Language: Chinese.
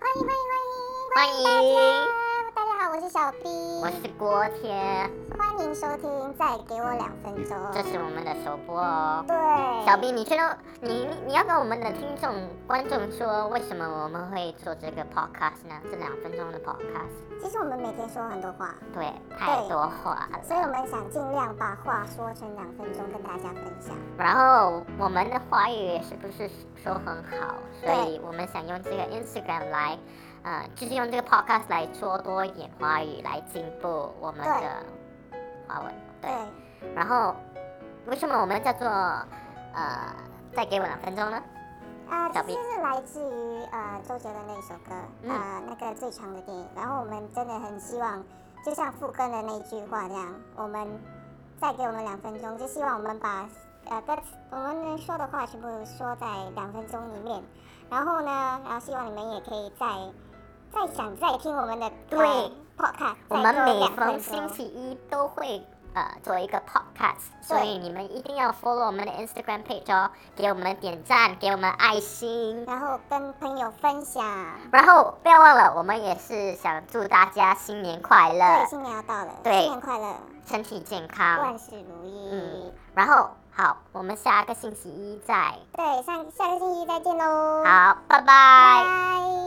欢迎欢迎欢欢迎迎大家，大家好，我是小 B，我是锅贴，欢迎收听《再给我两分钟这》。是我们的首播哦。对，小 B，你觉得你你你要跟我们的听众观众说，为什么我们会做这个 podcast 呢？这两分钟的 podcast，其实我们每天说很多话，对，太多话了。所以我们想尽量把话说成两分钟跟大家分享。然后我们的华语也是不是说很好，所以我们想用这个 Instagram 来，呃，就是用这个 podcast 来说多一点华语，来进步我们的华文。对对，然后为什么我们叫做呃，再给我两分钟呢？呃，小其 B 实是来自于呃周杰伦的一首歌，嗯呃那个最长的电影。然后我们真的很希望，就像傅根的那句话这样，我们再给我们两分钟，就希望我们把呃歌词我们能说的话全部说在两分钟里面。然后呢，然后希望你们也可以再再想再听我们的对呃 podcast，我们再多每两逢分星钟。期一都会呃做一个 podcast，所以你们一定要 follow 我们的 Instagram page 哦，给我们点赞，给我们爱心。然后跟朋友分享，然后不要忘了，我们也是想祝大家新年快对，乐，新年要到了，对新年快乐，身体健康。万事如意。嗯然后好，我们下个星期一再对，上下个星期再见喽。，好，拜拜拜。拜。